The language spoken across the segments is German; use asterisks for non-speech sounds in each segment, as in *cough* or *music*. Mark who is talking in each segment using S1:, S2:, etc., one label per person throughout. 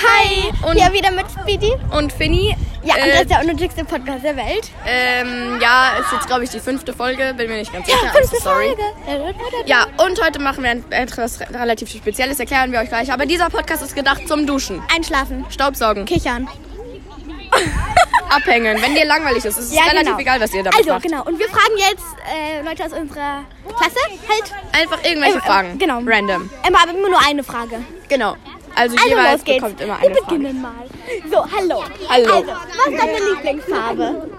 S1: Hi!
S2: Und
S1: Hier wieder mit Speedy.
S2: und Finny.
S1: Ja, und also- das
S2: äh,
S1: ist der unnötigste Podcast der Welt.
S2: ähm, ja, ist jetzt glaube ich die fünfte Folge, bin mir nicht ganz sicher. also
S1: fünfte
S2: sorry.
S1: Folge.
S2: Ja, und heute machen wir ein- etwas relativ Spezielles, erklären wir euch gleich. Aber dieser Podcast ist gedacht zum Duschen,
S1: Einschlafen.
S2: Staubsaugen,
S1: Kichern.
S2: Abhängen. Wenn dir langweilig ist, ist es
S1: Ja,
S2: relativ
S1: genau.
S2: egal, was ihr damit
S1: Also,
S2: macht.
S1: genau. Und wir fragen jetzt äh, Leute aus unserer Klasse. Halt.
S2: Einfach irgendwelche
S1: Äh, äh,
S2: Fragen.
S1: genau.
S2: Random.
S1: Immer, aber immer nur eine Frage.
S2: Genau. Also,
S1: Also,
S2: jeweils
S1: los geht's.
S2: bekommt immer
S1: wir
S2: eine Frage.
S1: beginnen mal. So, hallo.
S2: Hallo.
S1: Also, was ist deine Lieblingsfarbe?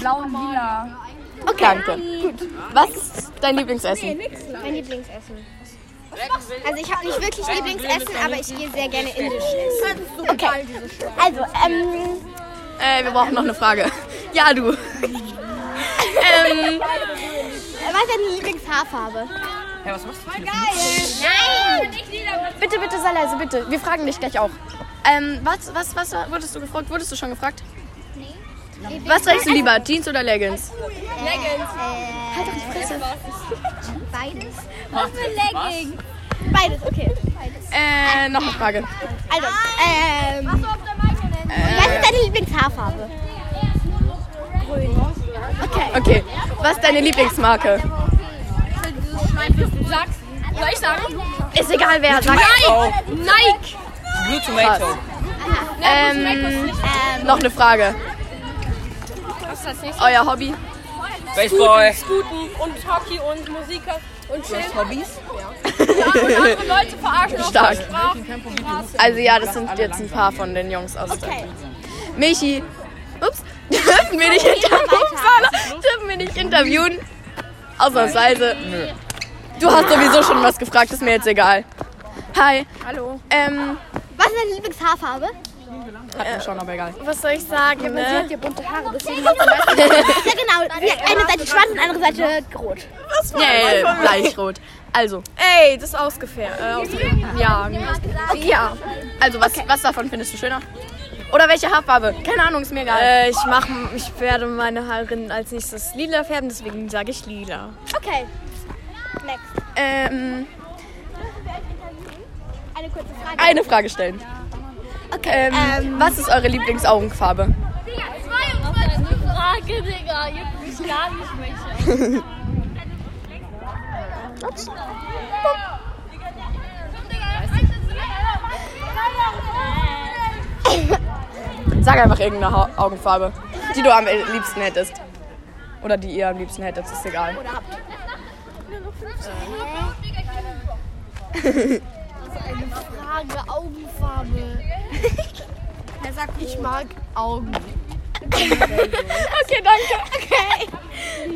S2: Blau und lila.
S1: Okay.
S2: Danke. Gut. Was ist dein Lieblingsessen?
S3: Mein Lieblingsessen. Also ich habe nicht wirklich Lieblingsessen, aber ich gehe sehr gerne indisch essen.
S1: Okay. Also, ähm,
S2: Äh, wir brauchen noch eine Frage. Ja,
S1: *laughs*
S2: du. ähm,
S1: was ist deine Lieblingshaarfarbe?
S2: Bitte, bitte sei leise, bitte. Wir fragen dich gleich auch. Ähm, was, was, was wurdest du gefragt? Wurdest du schon gefragt? Nee. Was trägst du lieber, Jeans oder Leggings?
S1: Äh, halt
S4: *laughs*
S3: Beides.
S1: Beides, okay.
S2: Äh, noch eine Frage.
S1: Also, ähm, was
S2: Äh,
S1: ist deine Lieblingshaarfarbe?
S2: Okay, was ist deine Lieblingsmarke?
S4: Soll ich sagen?
S2: Ist egal, wer sagt.
S4: Nike! Nike!
S5: Blue Tomato.
S2: Ähm, noch eine Frage.
S4: Was ist das nächste?
S2: Euer Hobby?
S5: Baseball.
S4: Scooten und Hockey und Musiker und Chillen.
S5: Hobbys?
S4: Ja, und andere Leute verarschen auf
S2: *laughs* Stark.
S4: der Straße.
S2: Also ja, das sind jetzt ein paar von den Jungs aus der
S1: Okay.
S2: Michi. Ups, *laughs* dürfen wir nicht interviewen. Dürfen wir nicht interviewen. Ausnahmsweise. Du hast sowieso schon was gefragt, ist mir jetzt egal. Hi.
S4: Hallo.
S2: Ähm,
S1: Was ist deine Lieblingshaarfarbe?
S2: hat mir schon, aber egal.
S4: Äh, Was soll ich sagen, ne?
S1: *laughs* Ja, genau. Sie hat eine Seite schwarz und andere Seite rot.
S2: Nee, bleichrot. Also,
S4: Ey, das ist ausgefähr. Äh, ausgefähr.
S2: ja. Ja. Also, was, was davon findest du schöner? Oder welche Haarfarbe? Keine Ahnung, ist mir egal.
S4: Äh, ich, mach, ich werde meine Haare als nächstes lila färben, deswegen sage ich lila.
S1: Okay.
S2: Ähm,
S1: Eine kurze Frage.
S2: eine Frage stellen.
S1: Okay.
S2: Ähm, was ist eure Lieblingsaugenfarbe?
S6: 22 Frage, Digga. Juckt mich gar nicht, Mädchen.
S2: Sag einfach irgendeine ha Augenfarbe, die du am liebsten hättest. Oder die ihr am liebsten hättet, ist egal.
S6: Frage, Augenfarbe.
S4: *laughs* Er sagt, ich mag
S2: *laughs*
S4: Augen.
S2: Okay, danke. Okay.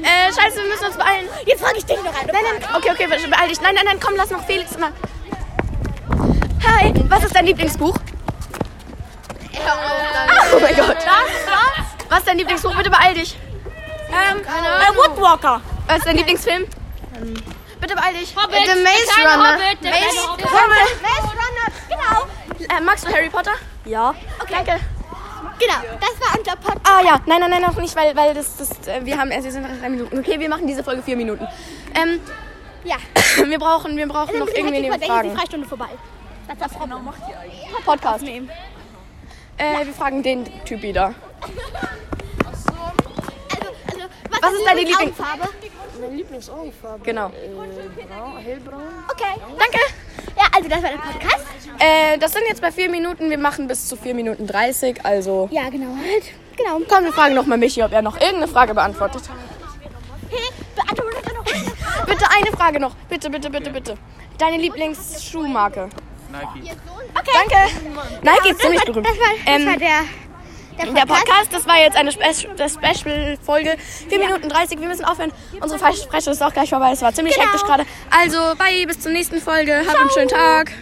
S2: Äh, scheiße, wir müssen uns beeilen.
S1: Jetzt frage ich dich noch eine.
S2: Nein, nein, okay, okay, beeil dich. Nein, nein, nein, komm, lass noch Felix mal. Hi, was ist dein Lieblingsbuch? Oh mein Gott. Was ist dein Lieblingsbuch? Bitte beeil dich. Ähm,
S1: Äh, Woodwalker.
S2: was ist dein Lieblingsfilm? Bitte beeil dich.
S6: Hobbit,
S2: The
S6: der
S2: Maze
S6: kleine
S2: Runner.
S6: Hobbit, der kleine Hobbit.
S1: Genau.
S2: Äh, magst du Harry Potter?
S1: Ja.
S2: Okay. Danke.
S1: Genau. Das war unser Podcast.
S2: Ah ja, nein, nein, nein, noch nicht, weil, weil das, das, äh, wir haben erst, wir sind noch drei Minuten. Okay, wir machen diese Folge vier Minuten. Ähm, *coughs*
S1: Ja. Also,
S2: wir brauchen, Äh, wir brauchen noch irgendwie
S1: Dann ist
S2: neben
S1: die Verdächtige
S2: Fragen.
S1: Freistunde vorbei. Das ist das Problem.
S2: Podcast. Äh, wir fragen den Typi da.
S1: Also, also, was,
S2: Was ist deine Lieblings-
S1: Augenfarbe?
S2: Genau.
S1: Okay.
S2: Danke.
S1: Ja, also das war der Podcast.
S2: Äh, das sind jetzt bei vier Minuten. Wir machen bis zu vier Minuten 30, also.
S1: Ja, genau. Halt. Genau.
S2: Komm, wir fragen nochmal Michi, ob er noch irgendeine Frage beantwortet.
S1: Hey, beantwortet doch noch eine Frage.
S2: Bitte eine Frage noch. Bitte, bitte, bitte, bitte. Deine Lieblingsschuhmarke.
S5: Nike.
S1: Okay.
S2: Danke. Nike ist ziemlich berühmt.
S1: Das war, das
S2: Ähm,
S1: war der, der
S2: Der
S1: Podcast.
S2: Podcast, das war jetzt eine Spe Special-Folge. 4 Minuten 30, wir müssen aufhören. Unsere Freistunde ist auch gleich vorbei. Es war ziemlich
S1: Genau.
S2: hektisch gerade. Also, bye, bis zur nächsten Folge. Habt einen schönen Tag.